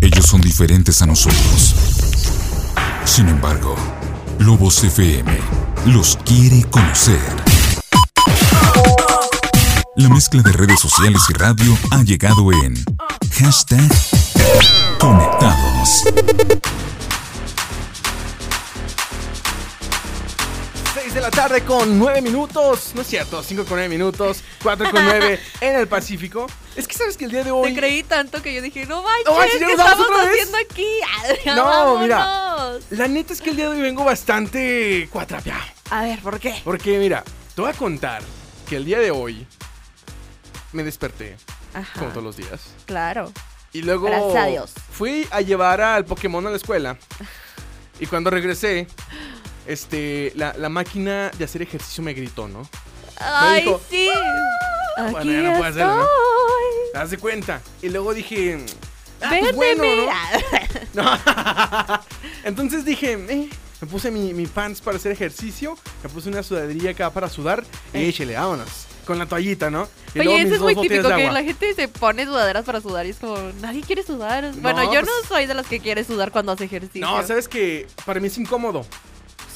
Ellos son diferentes a nosotros. Sin embargo, Lobos FM los quiere conocer. La mezcla de redes sociales y radio ha llegado en hashtag conectados. 6 de la tarde con 9 minutos. No es cierto, 5 con 9 minutos, 4 con 9 en el Pacífico. Es que sabes que el día de Te hoy. creí tanto que yo dije, no No manches, manches, ya ¿qué nos vamos estamos otra vez. haciendo aquí? Adrián, No, mira. vámonos. La neta es que el día de hoy vengo bastante cuatrapeado. A ver, ¿por qué? Porque mira, te voy a contar que el día de hoy me desperté, Ajá, como todos los días. claro. Y luego Gracias a Dios. fui a llevar al Pokémon a la escuela. Y cuando regresé, este, la, la máquina de hacer ejercicio me gritó, ¿no? Ay, dijo, "Ah, sí. Aquí Bueno, ya no puedo estoy. hacerlo, ¿no? ¿Te das de cuenta? Y luego dije... "Ah, pues Vete, bueno, ¿no?". mira. No. Entonces dije, eh, me puse mi, mi pants para hacer ejercicio, me puse una sudadilla acá para sudar y échele, vámonos. Con la toallita, ¿no? Y luego Eh. Oye, mis eso es dos muy botellas típico, de que agua. la gente se pone sudaderas para sudar y es como, nadie quiere sudar. Bueno, No, yo pues- no soy de las que quiere sudar cuando hace ejercicio. No, sabes que para mí es incómodo.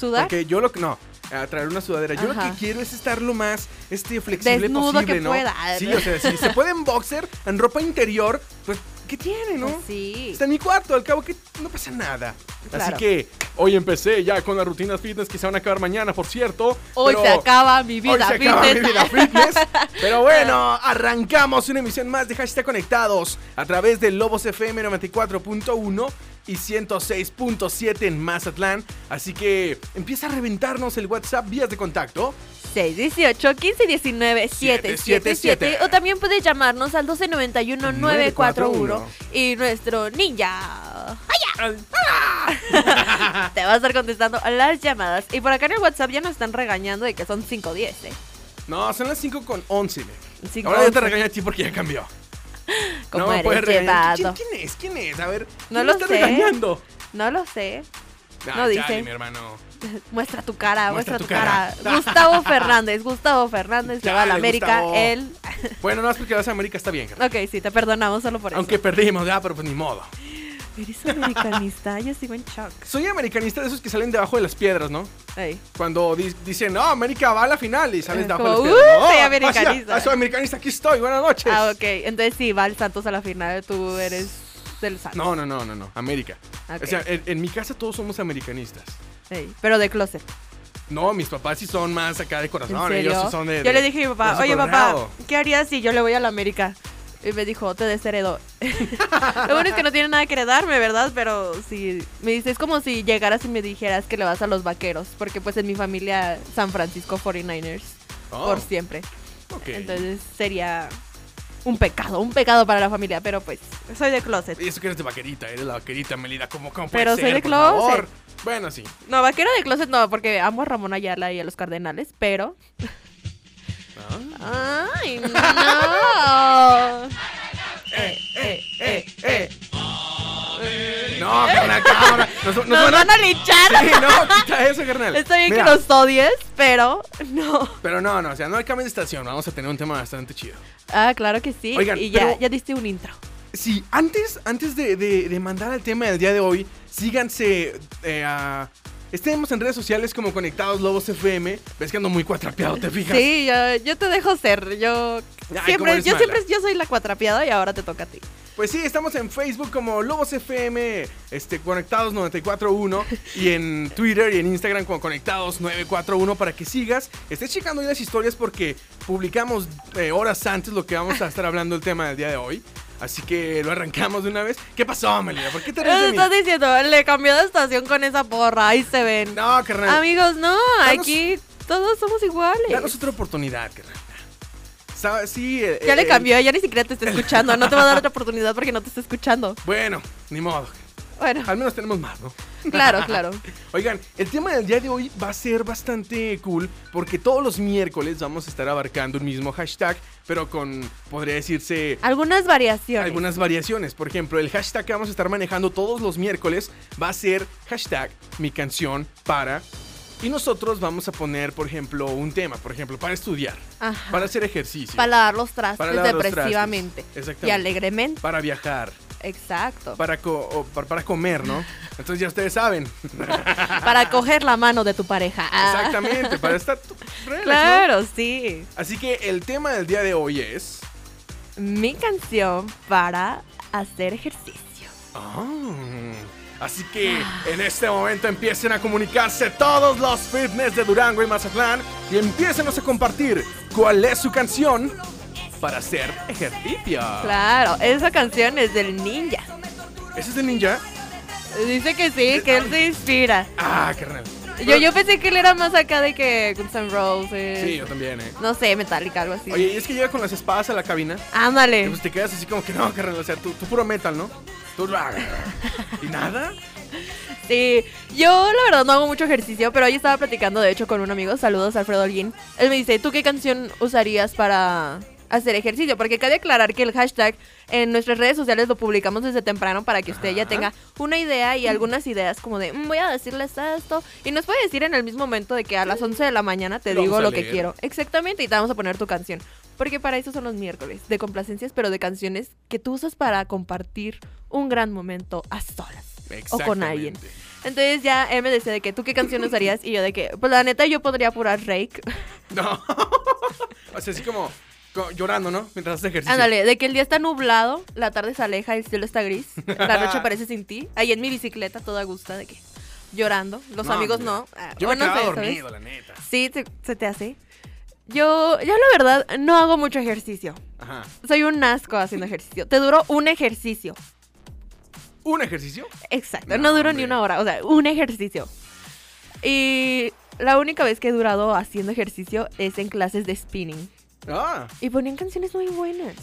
¿Sudar? Porque yo lo que. No, a traer una sudadera. Yo lo Ajá. que quiero es estar lo más este, flexible Desnudo posible, que ¿no? pueda. Sí, o sea, si se puede en boxer, en ropa interior, pues, ¿qué tiene, no? Este Pues sí. Está en mi cuarto, al cabo que no pasa nada. Así Claro. que hoy empecé ya con las rutinas fitness que se van a acabar mañana, por cierto. Hoy pero se acaba mi vida. hoy se acaba mi fitness. vida fitness. Pero bueno, arrancamos una emisión más de Hashtag Conectados a través de Lobos FM 94.1 y 106.7 en Mazatlán. Así que empieza a reventarnos el WhatsApp, vías de contacto. 618 1519 777 o también puedes llamarnos al 1291 941 y nuestro ninja Ah. te va a estar contestando las llamadas y por acá en el WhatsApp ya nos están regañando de que son 510 ¿eh? No, son las 5 con 11. me. Cinco Ahora ya te once. regaña a ti porque ya cambió. como no me puedes eres regañar. llevado. ¿Quién, quién es? ¿Quién es? A ver, ¿quién No me lo está sé. regañando? no lo sé Ah, No chale, dice. mi hermano. muestra tu cara Muestra muestra, tu tu cara, Gustavo Fernández Gustavo Fernández le va a la Chale, América Gustavo. él Bueno, no es porque vas a América, está bien. carnal. ok sí te perdonamos solo por eso Aunque perdimos, ya, pero pues ni modo. eres americanista yo sigo en shock Soy americanista de esos que salen debajo de las piedras, ¿no? Ey. Cuando di- dicen, no, América va a la final y sales Es debajo como, de las piedras. "Uh, soy "No, americanista". ah, soy americanista, aquí estoy, buenas noches. Ah, ok. Entonces sí, va el Santos a la final, tú eres del Santos. No, no, no, no, no, América. Ok. O sea, en, en mi casa todos somos americanistas. Ey, pero de closet. No, mis papás sí son más acá de ¿En corazón, serio? Pues ellos sí son de... yo de- le dije a mi papá, de oye Colorado". papá, ¿qué harías si yo le voy a la América? Y me dijo, te desheredo. Lo bueno es que no tiene nada que heredarme, ¿verdad? Pero sí, me dice, es como si llegaras y me dijeras que le vas a los vaqueros, porque pues en mi familia San Francisco 49ers, Oh, por siempre. ok. Entonces sería un pecado, un pecado para la familia, pero pues soy de closet. Y eso que eres de vaquerita, eres la vaquerita, Melida, ¿cómo, cómo Pero puede soy ser, de por closet. favor? Bueno, sí. No, vaquero de closet no, porque amo a Ramón Ayala y a los Cardenales, pero. Ah. ¡Ay, no! Eh, eh, eh, eh. No, carnal, cámara. Nos, nos ¡Nos van a... van a linchar! Sí, no, quita eso, carnal. Está bien Mira, que los odies, pero no. Pero no, no, o sea, no hay cambio de estación. Vamos a tener un tema bastante chido. Ah, claro que sí. Oigan, y ya, pero- ya diste un intro. Sí, antes, antes de, de- de mandar al tema del día de hoy, síganse eh, a... Estemos en redes sociales como Conectados Lobos FM. Ves que ando muy cuatrapeado, ¿te fijas? Sí, yo, yo te dejo ser. Yo Ay, cómo siempre, eres yo mala. siempre, yo soy la cuatrapiada y ahora te toca a ti. Pues sí, estamos en Facebook como Lobos FM, este, Conectados 941 y en Twitter y en Instagram como Conectados 941 para que sigas. Estés checando ahí las historias porque publicamos eh, horas antes lo que vamos a estar hablando el tema del día de hoy. Así que lo arrancamos de una vez. ¿Qué pasó, Melina? ¿Por qué te ríes de Eso mí? estás diciendo, le cambió de estación con esa porra. Ahí se ven. No, carnal. Amigos, no, Danos- aquí todos somos iguales. Danos otra oportunidad, carnal. ¿Sabes? Sí. eh, Ya le eh, cambió, ya ni siquiera te está escuchando. No te va a dar otra oportunidad porque no te está escuchando. Bueno, ni modo. Bueno, Al menos tenemos más, ¿no? claro, claro. Oigan, el tema del día de hoy va a ser bastante cool porque todos los miércoles vamos a estar abarcando un mismo hashtag, pero con, podría decirse, Algunas variaciones. algunas variaciones. Por ejemplo, el hashtag que vamos a estar manejando todos los miércoles va a ser hashtag mi canción para... Y nosotros vamos a poner, por ejemplo, un tema, por ejemplo, para estudiar, Ajá. para hacer ejercicio, Para lavar los trastes Para lavar los depresivamente trastes, y exactamente. alegremente. para viajar, Exacto. para, co- o par- para comer, ¿no? Entonces ya ustedes saben. Para coger la mano de tu pareja. Ah. Exactamente, para estar tu- relax, ¿no? Claro, sí. Así que el tema del día de hoy es... Mi canción para hacer ejercicio. Ah, Así que en este momento empiecen a comunicarse todos los fitness de Durango y Mazatlán y empiecen a compartir cuál es su canción para hacer ejercicio. Claro, esa canción es del ninja. ¿Ese es de Ninja? Dice que sí, que él se inspira. Ah, carnal. Yo, yo pensé que él era más acá de que Guns N' Roses. Sí, yo también, eh. No sé, Metallica, algo así. Oye, y es que llega con las espadas a la cabina. Y Ándale. pues te quedas así como que no, carnal, o sea, tú, tú puro metal, ¿no? Tú lo hagas. ¿Y nada? Sí, yo la verdad no hago mucho ejercicio, pero hoy estaba platicando de hecho con un amigo, saludos Alfredo Holguín. Él me dice, ¿tú qué canción usarías para hacer ejercicio? Porque cabe aclarar que el hashtag en nuestras redes sociales lo publicamos desde temprano para que usted ya Ajá. tenga una idea y algunas ideas como de, "Mm, voy a decirles esto. Y nos puede decir en el mismo momento de que a las 11 de la mañana te Lo digo vamos a lo que leer. quiero. Exactamente, y te vamos a poner tu canción. Porque para eso son los miércoles, de complacencias, pero de canciones que tú usas para compartir un gran momento a solas. O con alguien. Exactamente. Entonces ya él me decía de que tú qué canción usarías y yo de que, pues la neta yo podría apurar Rake. No. o sea, así como, co- llorando, ¿no? Mientras haces ejercicio. Ándale, de que el día está nublado, la tarde se aleja, el cielo está gris, la noche parece sin ti. Ahí en mi bicicleta toda gusta de que llorando, los No, amigos hombre. no. Ah, Yo o me no quedaba sé, ¿sabes? dormido, la neta. Sí, se, se te hace. Yo, yo la verdad no hago mucho ejercicio. Ajá. Soy un asco haciendo ejercicio. Te duró un ejercicio. ¿Un ejercicio? Exacto, No, no duró hombre. ni una hora, o sea, un ejercicio. Y la única vez que he durado haciendo ejercicio es en clases de spinning. Ah. Y ponían canciones muy buenas.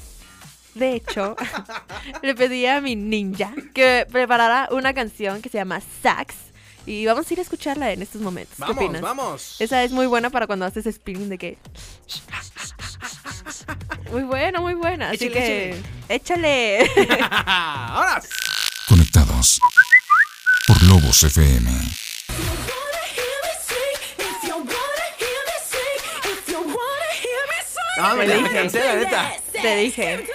De hecho, le pedí a mi ninja que preparara una canción que se llama Sax. Y vamos a ir a escucharla en estos momentos. ¿Qué Vamos, opinas? vamos. Esa es muy buena para cuando haces spinning de que... Muy buena, muy buena. Así Échale, que... Échale. Ahora. sí. Conectados por Lobos FM. No, me Te la dije. cansé, la neta. Te dije.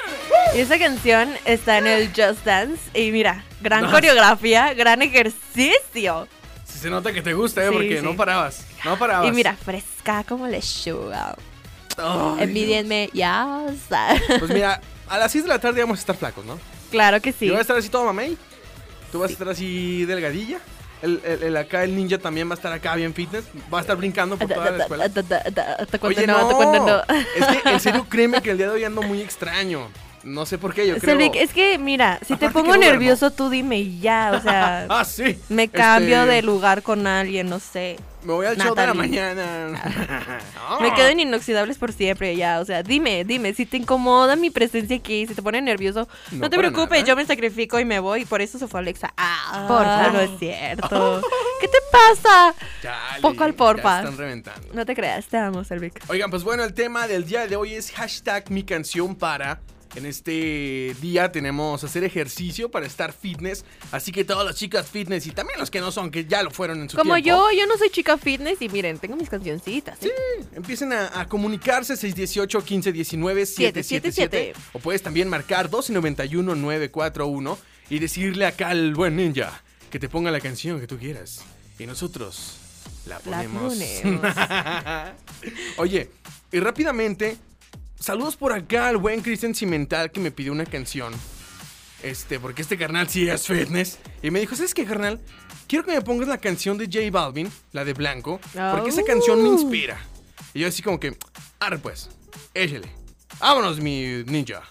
Y esa canción está en el Just Dance. Y mira, gran No. coreografía, gran ejercicio. Sí, se nota que te gusta, ¿eh? Sí, Porque sí. no parabas. No parabas. Y mira, fresca como lechuga. Ay, Envidienme, ya. o sea. no. Pues mira, a las 6 de la tarde vamos a estar flacos, ¿no? claro que sí. Yo voy a estar así todo mamey. Tú vas a estar así delgadilla. El, el- el acá, el ninja también va a estar acá bien fitness. Va a estar brincando por toda la escuela. Te cuento Oye, no, te cuento no. Es que, en serio, créeme que el día de hoy ando muy extraño. No sé por qué, yo creo. Selvig, es que mira, si te Aparte pongo que no duermo. nervioso, tú dime y ya. O sea, Ah, sí. me cambio Este, de lugar con alguien, no sé. Me voy al show de la Natalie. mañana. Me quedo Ah. en inoxidables por siempre, ya. O sea, dime, dime, si te incomoda mi presencia aquí, si te pone nervioso, no, No, te para preocupes, nada. yo me sacrifico y me voy. Por eso se fue Alexa. Ah, Por porfa, favor. no es cierto. ¿Qué te pasa? Chale, Poco al ya porfa. Están reventando. No te creas, te amo, Selvig. Oigan, pues bueno, el tema del día de hoy es hashtag mi canción para. En este día tenemos hacer ejercicio para estar fitness. Así que todas las chicas fitness y también los que no son, que ya lo fueron en su Como tiempo. yo, yo no soy chica fitness y miren, tengo mis cancioncitas. ¿eh? Empiecen a, a comunicarse 618 1519 777 777. o puedes también marcar 1291 941 y decirle acá al buen ninja que te ponga la canción que tú quieras y nosotros la La ponemos. ponemos. Oye, y rápidamente saludos por acá al buen Cristian Cimental que me pidió una canción. Este, porque este carnal sí es fitness. Y me dijo, ¿sabes qué, carnal? Quiero que me pongas la canción de J Balvin, la de Blanco, porque esa Oh. canción me inspira. Y yo así como que, arre pues, échale. Vámonos, mi ninja.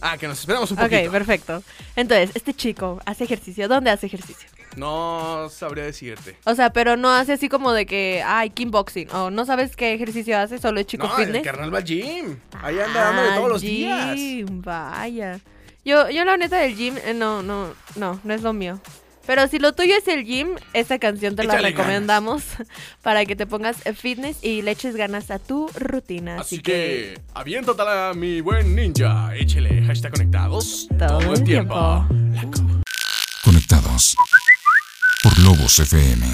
Ah, que nos esperamos un poquito. Ok, perfecto. Entonces, este chico hace ejercicio. ¿Dónde hace ejercicio? No sabría decirte. O sea, pero no hace así como de que, ay, kickboxing. O no sabes qué ejercicio hace, solo es chico no, el fitness. carnal va al gym. Ahí anda dándole todos los Ah, días. gym, Vaya. Yo, yo la neta del gym, eh, no, no, no, no es lo mío. Pero si lo tuyo es el gym, esta canción te la Échale ganas. recomendamos para que te pongas fitness y le eches ganas a tu rutina. Así que, aviéntatela, mi buen ninja. Échele, hashtag conectados. Todo el tiempo. Conectados por Lobos FM.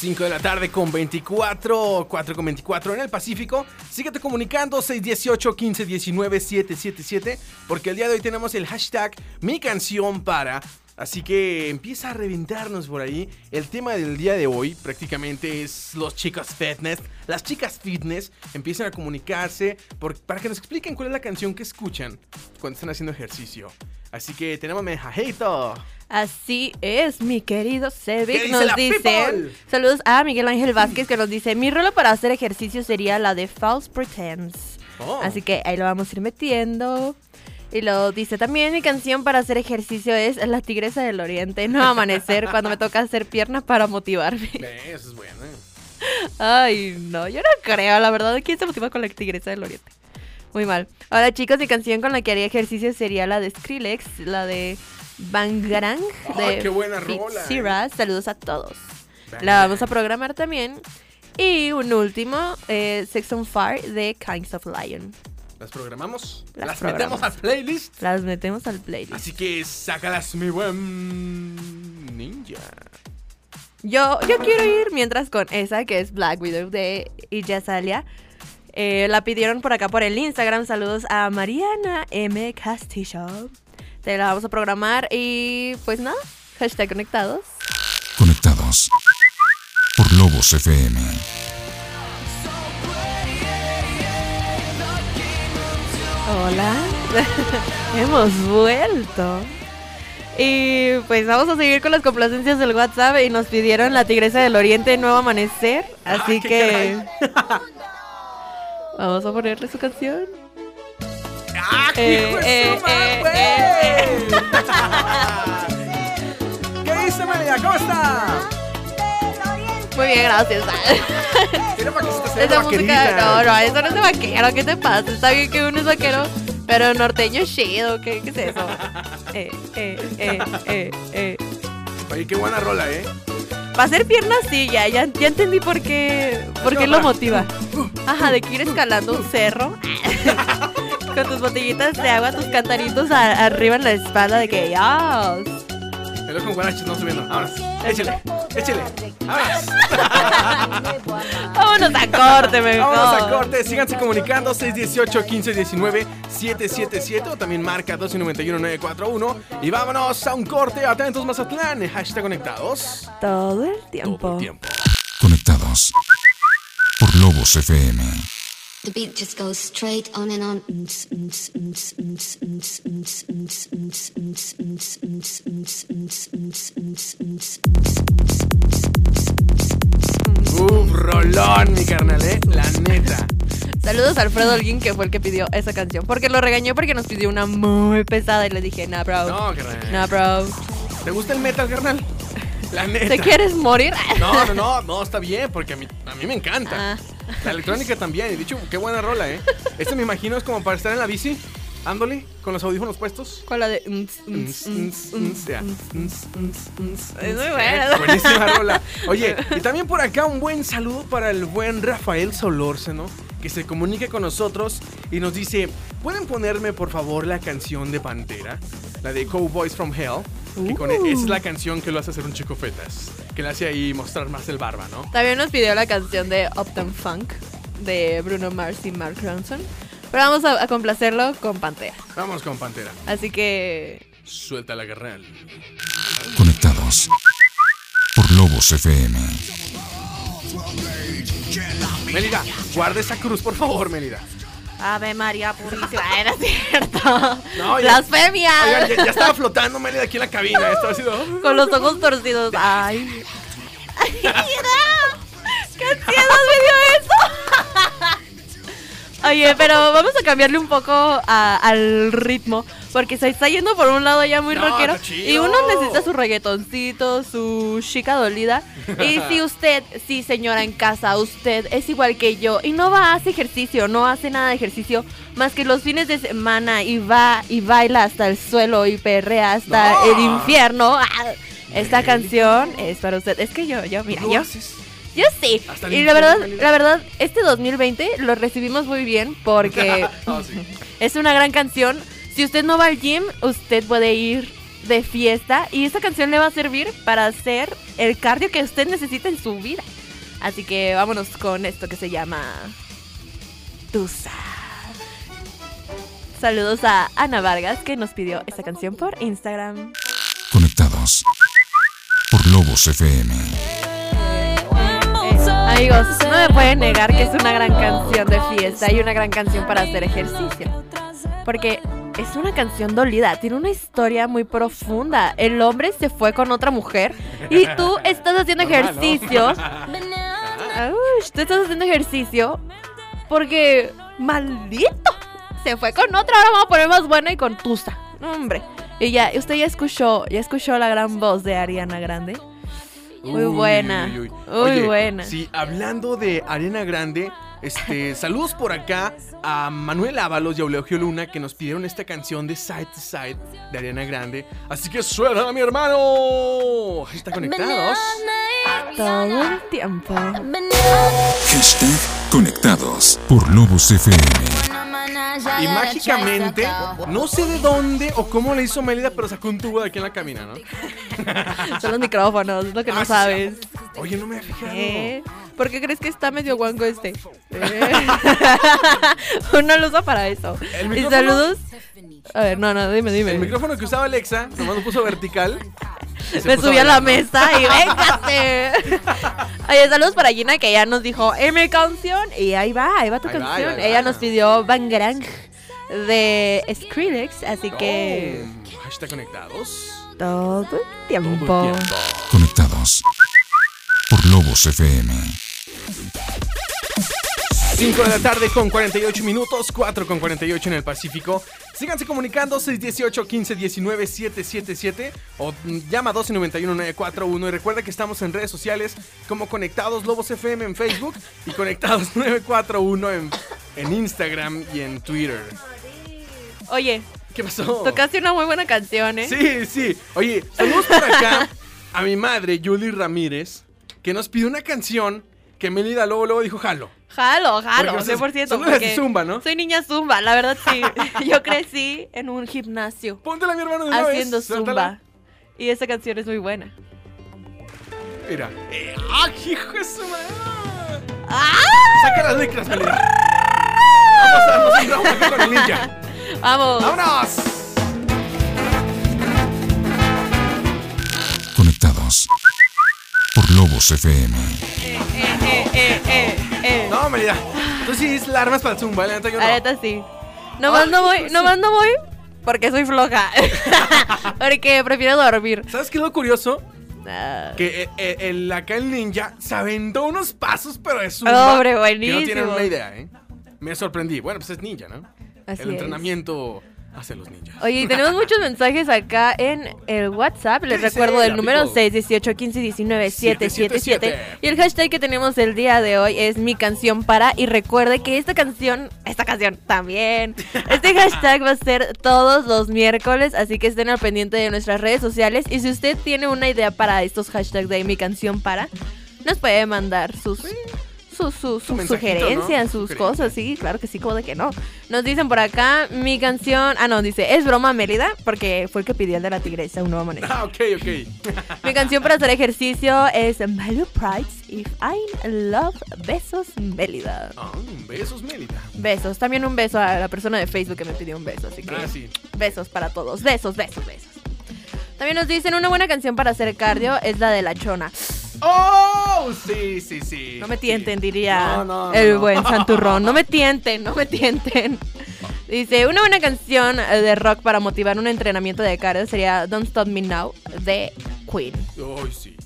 Si 5 de la tarde con 24, 4 con 24 en el Pacífico. Síguete comunicando 618 1519 777 porque el día de hoy tenemos el hashtag mi canción para. Así que empieza a reventarnos por ahí. El tema del día de hoy prácticamente es los chicos fitness. Las chicas fitness empiezan a comunicarse por- para que nos expliquen cuál es la canción que escuchan cuando están haciendo ejercicio. Así que tenemos mensajito. Así es, mi querido Cevic ¿Qué dice nos la people? dice. Saludos a Miguel Ángel Vázquez que nos dice, mi rola para hacer ejercicio sería la de False Pretense. Oh. Así que ahí lo vamos a ir metiendo. Y lo dice también mi canción para hacer ejercicio es La Tigresa del Oriente, no amanecer cuando me toca hacer pierna para motivarme. Eh, Eso es bueno. eh. Ay, no, yo no creo, la verdad, ¿quién se motiva con la tigresa del oriente? Muy mal. Ahora, chicos, mi canción con la que haría ejercicio sería la de Skrillex, la de Bangarang, Ay, de Ah, qué buena rola, eh. Fitzsimmons. Saludos a todos. La Bangarang. vamos a programar también. Y un último, eh, Sex on Fire de Kinds of Lion. Las programamos. Las, Las metemos programamos. al playlist. Las metemos al playlist. Así que sácalas, mi buen ninja. Yo, yo quiero ir mientras con esa que es Black Widow de Ijazalia. Eh, la pidieron por acá por el Instagram. Saludos a Mariana M. Castillo. Te la vamos a programar y pues nada, hashtag conectados. Conectados por Lobos FM. Hola, hemos vuelto. Y pues vamos a seguir con las complacencias del WhatsApp y nos pidieron la Tigresa del Oriente Nuevo Amanecer. Así Ah, qué que caray. vamos a ponerle su canción. ¡Ah, Eh, hijo de eh, su madre! eh, eh, ¿Qué dice María? ¿Cómo está? Muy bien, gracias. Era para que se te saliera Esa la música, vaquerita. no, no, eso no es de vaquero, ¿qué te pasa? Está bien que uno es vaquero, pero norteño chido, ¿qué, qué es eso? Eh, eh, eh, eh, eh. Oye, qué buena rola, ¿eh? Va a ser piernas, sí, ya, ya, ya entendí por qué, por qué lo motiva. Ajá, de que ir escalando un cerro con tus botellitas de agua, tus cantaritos a- arriba en la espalda, de que ya. El ojo con guaraches no subiendo. Ahora, échale, échale. Ahora. Vámonos a corte, mejor. Vamos a corte, síganse comunicando 618 1519 777 o también marca 1291-941 y vámonos a un corte, atentos Mazatlán, hashtag conectados. Todo el tiempo. Todo el tiempo. Conectados por Lobos FM. The beat just goes straight on and on. Uf, rolón, mi carnal, eh, la neta. Saludos a Alfredo Alguien, que fue el que pidió esa canción. Porque lo regañó porque nos pidió una muy pesada y le dije, nah, bro. No, eh, carnal. Nah, bro. ¿Te gusta el metal, carnal? La neta. ¿Te quieres morir? No, no, no, no, está bien, porque a mí, a mí me encanta. Ah. La electrónica también, y dicho, qué buena rola, eh. Esto me imagino es como para estar en la bici, ándole, con los audífonos puestos. Con la de. "Mm, "Ns, Mm, ns, ns, ns, ns". Es mm, muy eh, buena. Buenísima rola. Oye, y también por acá un buen saludo para el buen Rafael Solórzano, que se comunica con nosotros y nos dice, ¿pueden ponerme por favor la canción de Pantera? La de Cowboys from Hell. Que con e-, Uh. esa es la canción que lo hace hacer un chico fetas. Que le hace ahí mostrar más el barba, ¿no? También nos pidió la canción de Uptown Funk de Bruno Mars y Mark Ronson. Pero vamos a, a complacerlo con Pantera. Vamos con Pantera. Así que. Suelta la carnal. Conectados por Lobos FM. Melida, guarda esa cruz, por favor, Melida. Ave María Purísima. Ah, Era cierto. No, ya- Blasfemia. Oigan, ya, ya estaba flotando Melida aquí en la cabina. Esto ha sido... Con los ojos torcidos. Ay. ¡Ay, mira! ¡Qué ansiedad me dio eso! Oye, pero vamos a cambiarle un poco a- al ritmo. Porque se está yendo por un lado ya muy No, rockero. está chido. Y uno necesita su reggaetoncito, su chica dolida. Y si usted, sí señora en casa, usted es igual que yo y no va, hace ejercicio, no hace nada de ejercicio más que los fines de semana y va y baila hasta el suelo y perrea hasta No. el infierno. ah, Esta canción es para usted. Es que yo, yo, mira, ¿Lo yo, haces? yo sí. Hasta el Y la infierno, verdad, Melina. la verdad, este 2020 lo recibimos muy bien porque Ah, sí. es una gran canción. Si usted no va al gym, usted puede ir de fiesta y esta canción le va a servir para hacer el cardio que usted necesita en su vida. Así que vámonos con esto que se llama Tusa. Saludos a Ana Vargas que nos pidió esta canción por Instagram. Conectados por Lobos FM. Eh, amigos, no me pueden negar que es una gran canción de fiesta y una gran canción para hacer ejercicio. Porque es una canción dolida, tiene una historia muy profunda. El hombre se fue con otra mujer y tú estás haciendo Normal, ¿no? ejercicio. Aush, tú estás haciendo ejercicio porque, maldito, se fue con otra. Ahora vamos a poner más buena y con tusa. No, hombre. Y ya, usted ya escuchó, ya escuchó la gran voz de Ariana Grande. Muy Uy, buena, uy, uy. muy Oye, buena. Sí, hablando de Arena Grande, este, saludos por acá a Manuel Ábalos y a Eulogio Luna que nos pidieron esta canción de Side to Side de Ariana Grande. Así que suena, mi hermano. Está conectados. Todo el tiempo. Hashtag Conectados por Lobos FM. Y mágicamente, no sé de dónde o cómo le hizo Melida, pero sacó un tubo de aquí en la cabina, ¿no? Son los micrófonos, es lo que Ah, no sí. sabes. Oye, no me he fijado. ¿Eh? ¿Por qué crees que está medio guango este? ¿Eh? Uno lo usa para eso. ¿El ¿Y micrófono? saludos? A ver, no, no, dime, dime. El micrófono que usaba Alexa, nomás lo puso vertical. y se Me puso subí a la bailar, ¿no? mesa y véngate. Oye, saludos para Gina que ya nos dijo, en mi canción. Y ahí va, ahí va tu Ahí va, ahí canción. va, ahí Ella va. nos pidió Van Grange de Skrillex, así que Oh, hashtag conectados. todo el tiempo. Oh. Todo el tiempo. Conectados por Lobos FM. 5 de la tarde con 48 minutos, 4 con 48 en el Pacífico. Síganse comunicando 618 15 19 777 o mm, llama 1291 941 y recuerda que estamos en redes sociales como Conectados Lobos FM en Facebook y Conectados 941 en, en Instagram y en Twitter. Oye, ¿Qué pasó? tocaste una muy buena canción, ¿eh? Sí, sí. Oye, saludos por acá a mi madre, Julie Ramírez, que nos pidió una canción que Melida luego luego dijo jalo. Jalo, jalo, Porque, o sea, 100%. son niñas de porque Zumba, ¿no? Soy niña zumba, la verdad sí. Yo crecí en un gimnasio Póntela mi hermano de una vez. haciendo Suéltala. zumba. Y esa canción es muy buena. Mira. Eh, ¡Ah, hijo de su madre! ¡Ah! Saca las licras, Melida. Vamos a darnos un round acá con el ninja. Vamos. ¡Vámonos! Conectados por Lobos FM. Eh, eh, eh, eh, eh. No, Melida. Tú sí es la armas para el zumba, la neta yo La no. neta sí. Nomás Ay, no voy, pues sí. nomás no voy porque soy floja. porque prefiero dormir. ¿Sabes qué es lo curioso? Ah, Que eh, eh, el, acá el ninja se aventó unos pasos, pero es un. Hombre, buenísimo. Que no tienen una idea, ¿eh? Me sorprendí. Bueno, pues es ninja, ¿no? así el es. entrenamiento hace los ninjas. Oye, y tenemos muchos mensajes acá en el WhatsApp. Les ¿Qué dice recuerdo la el número people? 618-1519-777. 777. Y el hashtag que tenemos el día de hoy es mi canción para. Y recuerde que esta canción, esta canción también, este hashtag va a ser todos los miércoles. Así que estén al pendiente de nuestras redes sociales. Y si usted tiene una idea para estos hashtags de mi canción para, nos puede mandar sus... Sus, sus- sus mensajito, ¿no? sugerencias, sus Sugerencia. cosas, sí, claro que sí, como de que no. Nos dicen por acá, mi canción. Ah, no, dice, es broma Mérida, porque fue el que pidió el de la tigresa, un nuevo amanecer. Ah, ok, ok. mi canción para hacer ejercicio es Value Price If I Love Besos Mérida. Ah, besos, Melida. Besos, también un beso a la persona de Facebook que me pidió un beso, así que Ah, sí. besos para todos, besos, besos, besos. También nos dicen una buena canción para hacer cardio es la de la chona. ¡Oh! Sí, sí, sí. No me sí. tienten, diría No, no, no, el no. buen Santurrón. No me tienten, no me tienten. Dice, una buena canción eh, de rock para motivar un entrenamiento de cardio sería Don't Stop Me Now de Queen. Ay, sí.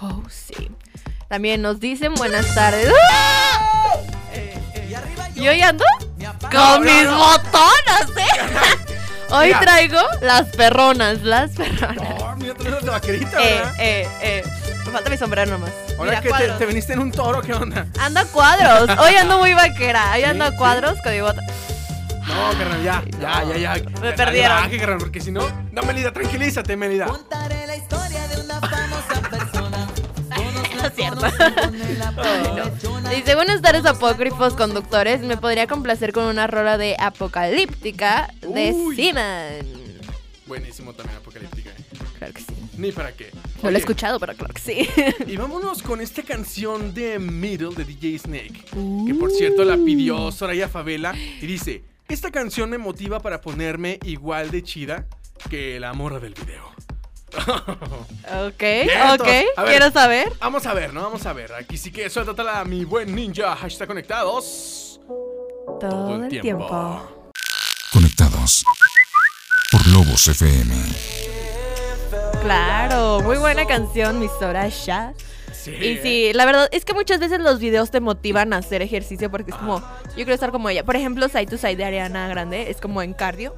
Oh, sí. También nos dicen buenas tardes. ¡Ah! ¿Y hoy ando? Con mis botonas, ¿eh? Hoy Mira. traigo las perronas, las perronas. Oh, mira, traes la vaquerita, Eh, ¿verdad? eh, eh. Me falta mi sombrero nomás. Ahora Mira, que te, cuadros. te viniste en un toro, ¿qué onda? Ando a cuadros. Hoy ando muy vaquera. Hoy ando Sí, a cuadros con mi bota. No, carnal, ya, ya, ya, ya. Dale perdieron. baje, carnal, porque si no. No, Melida, tranquilízate, Melida. Contaré la historia de una famosa persona. No es cierto. Ay, no. Dice, buenas tardes apócrifos conductores. Me podría complacer con una rola de apocalíptica de Uy. Sinan. Buenísimo también apocalíptica. ¿eh? Claro que sí. Ni para qué. No lo Oye, he escuchado, pero claro que sí. Y vámonos con esta canción de Middle de DJ Snake. Que Uh. por cierto la pidió Soraya Favela y dice: Esta canción me motiva para ponerme igual de chida que la morra del video. Ok, Vientos. ok. A ver. Quiero saber. Vamos a ver, ¿no? Vamos a ver. Aquí sí que suéltatela, mi buen ninja. Hashtag conectados. Todo el tiempo. Conectados por Lobos FM. Claro, muy buena canción, mi Soraya. Sí. Y sí, la verdad es que muchas veces los videos te motivan a hacer ejercicio porque es como, yo quiero estar como ella. Por ejemplo, Side to Side de Ariana Grande es como en cardio.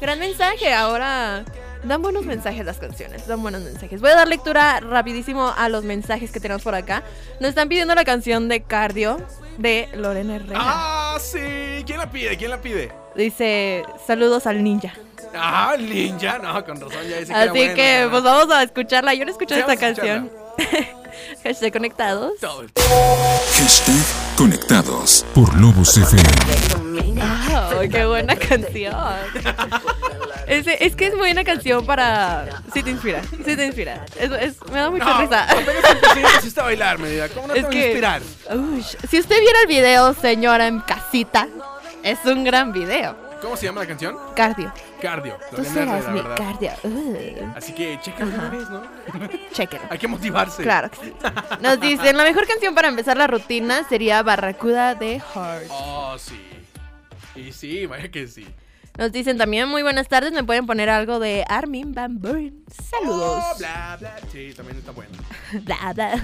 Gran mensaje, ahora dan buenos mensajes las canciones, dan buenos mensajes. Voy a dar lectura rapidísimo a los mensajes que tenemos por acá. Nos están pidiendo la canción de cardio de Lorena Herrera. Ah, sí. ¿Quién la pide? ¿Quién la pide? Dice, saludos al ninja. Ah, ninja. No, con razón ya dice Así que pues vamos a escucharla. Yo no he escuchado Sí, esta vamos a escucharla. canción. Hashtag conectados. Hashtag Conectados por Lobos FM. Wow, qué buena canción. Es, es que es muy buena canción para. Sí, te inspira. Sí, te inspira. Es, es- me da mucha No, risa. apenas empecé y me pusiste a bailar, me diga. ¿Cómo no Es te voy a que- inspirar? Ush, si usted viera el video, señora en casita, es un gran video. ¿Cómo se llama la canción? Cardio. Cardio. Tú Lorena serás Herrera, mi ¿verdad? cardio. Uh, Así que chequen una vez, ¿no? chequenlo. Hay que motivarse. Claro que sí. Nos dicen, la mejor canción para empezar la rutina sería Barracuda de Heart. Oh, sí. Y sí, vaya que sí. Nos dicen también, muy buenas tardes, me pueden poner algo de Armin Van Buren. Saludos. Oh, bla, bla. Sí, también está bueno. Bla, bla.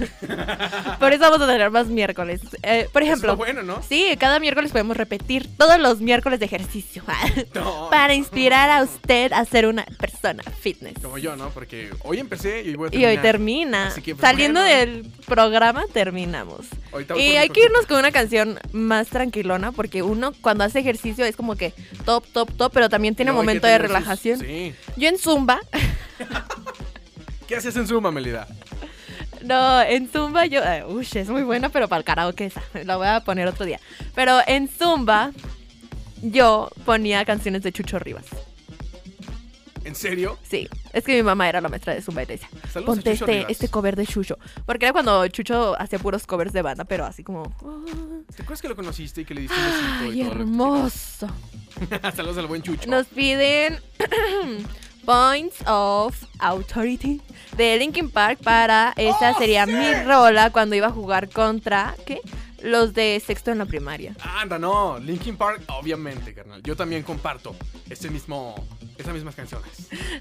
Por eso vamos a tener más miércoles. Eh, por ejemplo, Está bueno, ¿no? sí, cada miércoles podemos repetir todos los miércoles de ejercicio ah, No. para inspirar a usted a ser una persona fitness. Como yo, ¿no? Porque hoy empecé y hoy voy a Y terminar. hoy termina. Así que, pues, Saliendo bueno. del programa, terminamos. Ahorita voy Y por mi hay que cosita. irnos con una canción más tranquilona, porque uno cuando hace ejercicio es como que top, top, top, pero también tiene No, hay que momento de tener sus- relajación. Sí. Yo en Zumba, ¿Qué haces en Zumba, Melida? no, en Zumba yo, eh, uy, es muy buena, pero para el karaoke esa, la voy a poner otro día. Pero en Zumba yo ponía canciones de Chucho Rivas. ¿En serio? Sí, es que mi mamá era la maestra de Zumba y le decía, Saludos ponte a Chucho este, Rivas. este cover de Chucho. Porque era cuando Chucho hacía puros covers de banda, pero así como, ¿Te acuerdas que lo conociste y que le diste un besito ay, y todo lo que hermoso. quieras? Saludos al buen Chucho. Nos piden Points of Authority de Linkin Park para esa sería Oh, mi rola cuando iba a jugar contra ¿qué? los de sexto en la primaria. Anda, no. Linkin Park, obviamente, carnal. Yo también comparto ese mismo, esas mismas canciones.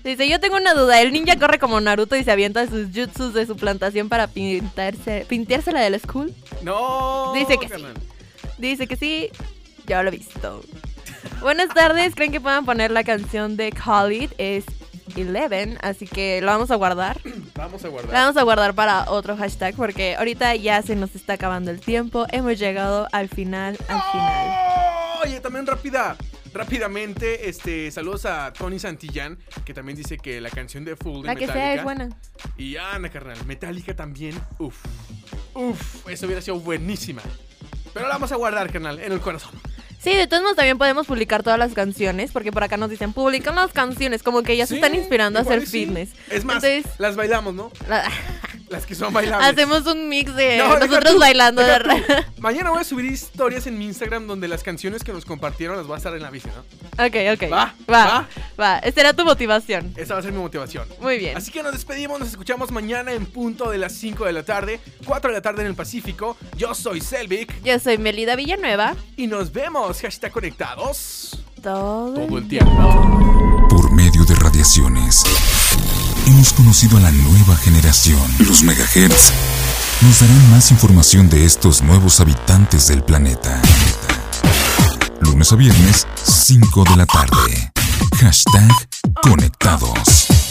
Dice, yo tengo una duda, el ninja corre como Naruto y se avienta sus jutsus de su plantación para pintarse, pintársela del school. No. Dice que carnal. Dice que sí, ya lo he visto. Buenas tardes, ¿creen que puedan poner la canción de Khalid? Es 11, así que la vamos a guardar. Vamos a guardar. La vamos a guardar para otro hashtag porque ahorita ya se nos está acabando el tiempo. Hemos llegado al final, al final. Oye, también rápida. Rápidamente, este, saludos a Tony Santillán, que también dice que la canción de Full de La que sea Metallica- es buena. Y Ana, carnal, Metallica también. Uf. Uf, eso hubiera sido buenísima. Pero la vamos a guardar, carnal, en el corazón. Sí, de todos modos también podemos publicar todas las canciones porque por acá nos dicen publican las canciones, como que ya Sí, se están inspirando a igual hacer y sí. fitness. Es más, Entonces, las bailamos, ¿no? la- Las que son bailables. hacemos un mix de No, deja nosotros tú, bailando de deja re- tú. Mañana voy a subir historias en mi Instagram donde las canciones que nos compartieron las voy a estar en la bici, ¿no? Ok, ok. Va, va. va. Será tu motivación. Esa va a ser mi motivación. Muy bien. Así que nos despedimos, nos escuchamos mañana en punto de las 5 de la tarde, 4 de la tarde en el Pacífico. Yo soy Selvig Yo soy Melida Villanueva. y nos vemos. Hashtag conectados. Todo, Todo el tiempo. Por medio de radiaciones, hemos conocido a la nueva generación. Los megahertz nos darán más información de estos nuevos habitantes del planeta. Lunes a viernes, 5 de la tarde. Hashtag Conectados.